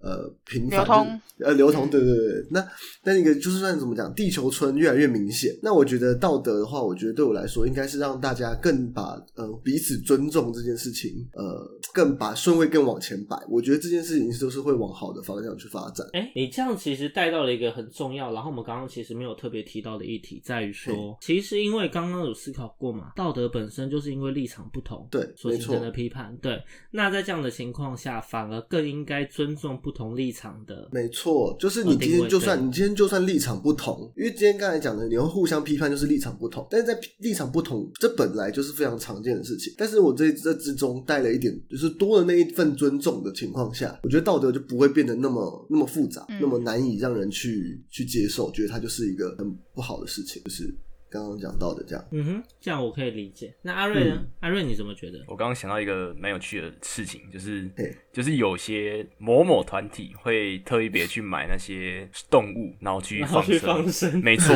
B: 呃频繁，
C: 流通
B: 就是呃流通，对对对，对那那一个就是算怎么讲，地球村越来越明显。那我觉得道德的话，我觉得对我来说，应该是让大家更把呃彼此尊重这件事情，呃，更把顺位更往前摆。我觉得这件事情都是会往好的方向去发展。
A: 哎，你这样其实带到了一个很重要，然后我们刚刚其实没有特别提到的议题，在于说，其实因为刚刚有思考过嘛，道德本身就是因为立场不同，
B: 对
A: 所
B: 没
A: 形成
B: 错
A: 的批判，对。那在这样的情况下，反而更应该尊重不同立场的，
B: 没错，就是
A: 呃
B: 你
A: 定
B: 今天
A: 位
B: 就
A: 对
B: 算你今天就算立场不同，因为今天刚才讲的，你会互相批判就是立场不同，但是在立场不同，这本来就是非常常见的事情。但是我这这之中带了一点，就是多了那一份尊重的情况下，我觉得道德就不会变得那么那么复杂，
C: 嗯
B: 那么难以让人去去接受，觉得它就是一个很不好的事情，就是刚刚讲到的这样。
A: 嗯哼，这样我可以理解。那阿瑞呢？
B: 嗯
A: 阿瑞你怎么觉得？
D: 我刚刚想到一个蛮有趣的事情，就是
B: 嘿
D: 就是有些某某团体会特意别去买那些动物，然后去
A: 然后
D: 放
A: 去
D: 生。
A: 放生，
D: 没 错，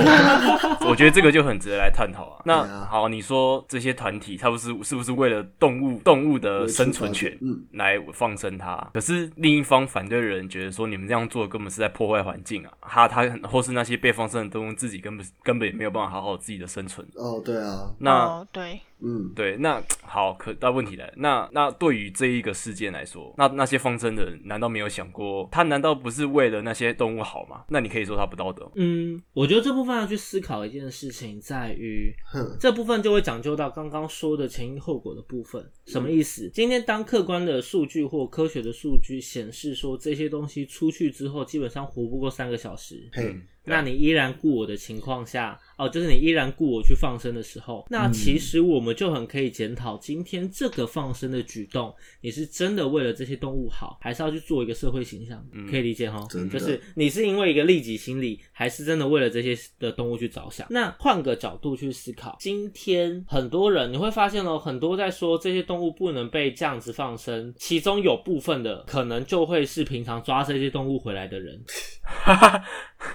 D: 我觉得这个就很值得来探讨啊。那、
B: 对啊
D: 好，你说这些团体，他不是是不是为了动物动物的呃生存权
B: 嗯，
D: 来放生它？可是另一方反对的人觉得说，你们这样做根本是在破坏环境啊！他他或是那些被放生的动物自己根本根本也没有办法好好自己的生存。
B: 哦，对啊，
D: 那、
C: 哦、对，
B: 嗯，
D: 对，那好，可但问题来了，那那对于这一个事件来说，那那些放生的人难道没有想过，他难道不是为了那些动物好吗？那你可以说他不道德吗？
A: 嗯，我觉得这部分要去思考一件事情，在于
B: 哼，
A: 这部分就会讲究到刚刚说的前因后果的部分。什么意思？今天当客观的数据或科学的数据显示说这些东西出去之后，基本上活不过三个小时。
B: 嘿
D: 嗯，
A: 那你依然顾我的情况下，哦，就是你依然顾我去放生的时候，那
B: 嗯
A: 其实我们就很可以检讨今天这个放生的举动，你是真的为了这些动物好，还是要去做一个社会形象？可以理解哈
B: 嗯真，的
A: 就是你是因为一个利己心理，还是真的为了这些的动物去着想？那换个角度去思考，今天很多人你会发现哦，很多在说这些动物不能被这样子放生，其中有部分的可能就会是平常抓这些动物回来的人。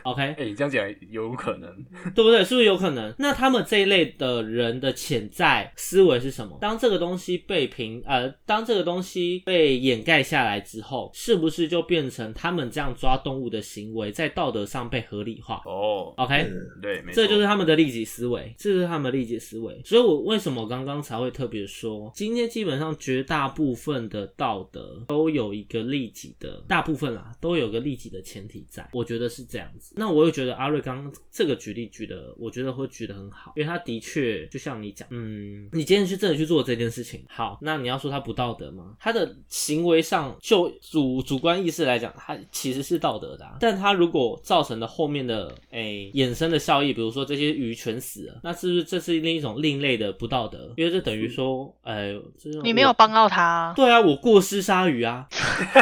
A: OK，
D: 哎、你这样讲有可能，
A: 对不对？是不是有可能？那他们这一类的人的潜在思维是什么？当这个东西被平呃，当这个东西被掩盖下来之后，是不是就变成他们这样抓动物的行为在道德上被合理化
D: 哦，
A: ？OK，
D: 对，没错，
A: 这就是他们的利己思维，这是他们的利己思维。所以我为什么刚刚才会特别说，今天基本上绝大部分的道德都有一个利己的，大部分啦都有个利己的前提在，我觉得是这样子。那我又觉得阿瑞刚刚这个举例举的，我觉得会举得很好，因为他的确就像你讲，嗯，你今天去真的去做这件事情，好，那你要说他不道德吗？他的行为上就主主观意识来讲，他其实是道德的、啊，但他如果造成的后面的诶、衍生的效益，比如说这些鱼全死了，那是不是这是另一种另类的不道德？因为这等于说，呃，这种
C: 你没有
A: 我
C: 帮 到他，
A: 对啊，我过失杀鱼啊，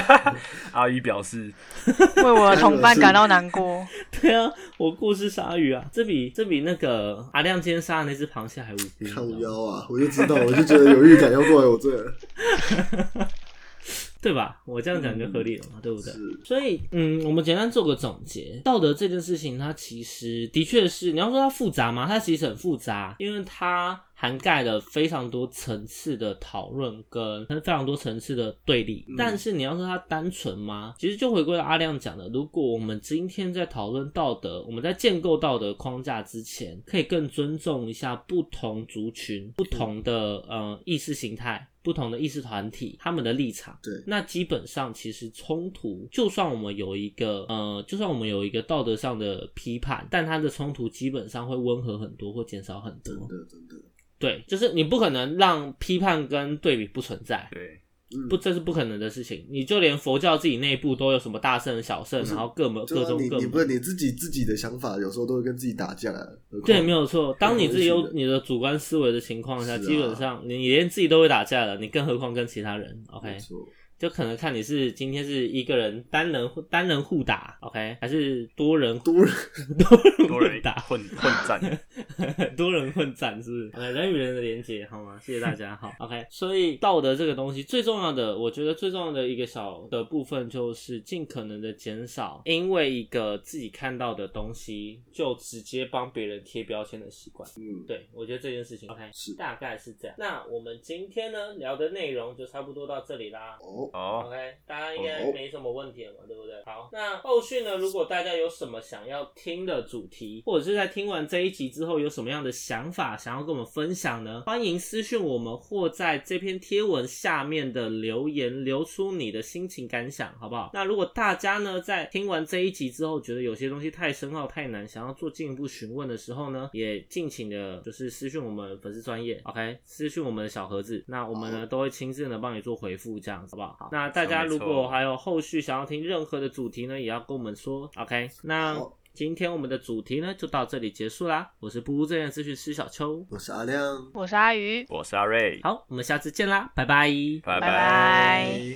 D: 阿姨表示，
C: 为我的同伴感到难过。
A: 对啊，我过失杀鱼啊，这比这比那个阿亮今天杀的那只螃蟹还无辜你知道
B: 靠
A: 吗，
B: 腰啊，我就知道，我就觉得有预感要过来我这了。
A: 对吧？我这样讲就合理了嘛， 对不对？
B: 是
A: 所以，嗯，我们简单做个总结，道德这件事情，它其实的确是，你要说它复杂吗？它其实很复杂，因为它涵盖了非常多层次的讨论跟非常多层次的对立。但是你要说它单纯吗？其实就回归到阿亮讲的，如果我们今天在讨论道德，我们在建构道德框架之前，可以更尊重一下不同族群、不同的呃意识形态。不同的意识团体，他们的立场，那基本上其实冲突，就算我们有一个呃，就算我们有一个道德上的批判，但它的冲突基本上会温和很多，或减少很
B: 真
A: 多。
B: 的真的，
A: 对，就是你不可能让批判跟对比不存在。
D: 对，
B: 嗯，
A: 不，这是不可能的事情。你就连佛教自己内部都有什么大圣、小圣，
B: 不是
A: 然后各门
B: 对
A: 各
B: 啊，
A: 宗
B: 你
A: 各
B: 你
A: 门
B: 不是你自己自己的想法，有时候都会跟自己打架啊。何况
A: 对，没有错。当你自己有
B: 是的
A: 你的主观思维的情况下，
B: 是啊
A: 基本上你你连自己都会打架了，你更何况跟其他人？OK，
B: 没错，
A: 就可能看你是今天是一个人单人互单人互打，OK，还是多人
B: 多人
D: 多
A: 多
D: 人
A: 人打
D: 混混战，
A: 多人混战，是不是？OK，人与人的连接，好吗？谢谢大家，好，OK。所以道德这个东西最重要的，我觉得最重要的一个小的部分就是尽可能的减少因为一个自己看到的东西就直接帮别人贴标签的习惯。
B: 嗯，
A: 对，我觉得这件事情 OK，
B: 是
A: 大概是这样。那我们今天呢聊的内容就差不多到这里啦。
B: 哦，
D: 哦，
A: OK，大家应该没什么问题了嘛，对不对？好，那后续呢？如果大家有什么想要听的主题，或者是在听完这一集之后有什么样的想法想要跟我们分享呢？欢迎私讯我们，或在这篇贴文下面的留言留出你的心情感想，好不好？那如果大家呢在听完这一集之后，觉得有些东西太深奥太难，想要做进一步询问的时候呢，也尽情的就是私讯我们粉丝专业，OK，私讯我们的小盒子，那我们呢都会亲自的帮你做回复，这样子好不好？好那大家如
D: 没
A: 果
D: 错
A: 还有后续想要听任何的主题呢，也要跟我们说，OK？那
B: 好
A: 今天我们的主题呢就到这里结束啦，我是不务正业咨询师小邱，
B: 我是阿亮，
C: 我是阿鱼，
D: 我是阿瑞，
A: 好，我们下次见啦，拜拜。
D: 拜
C: 拜拜
B: 拜。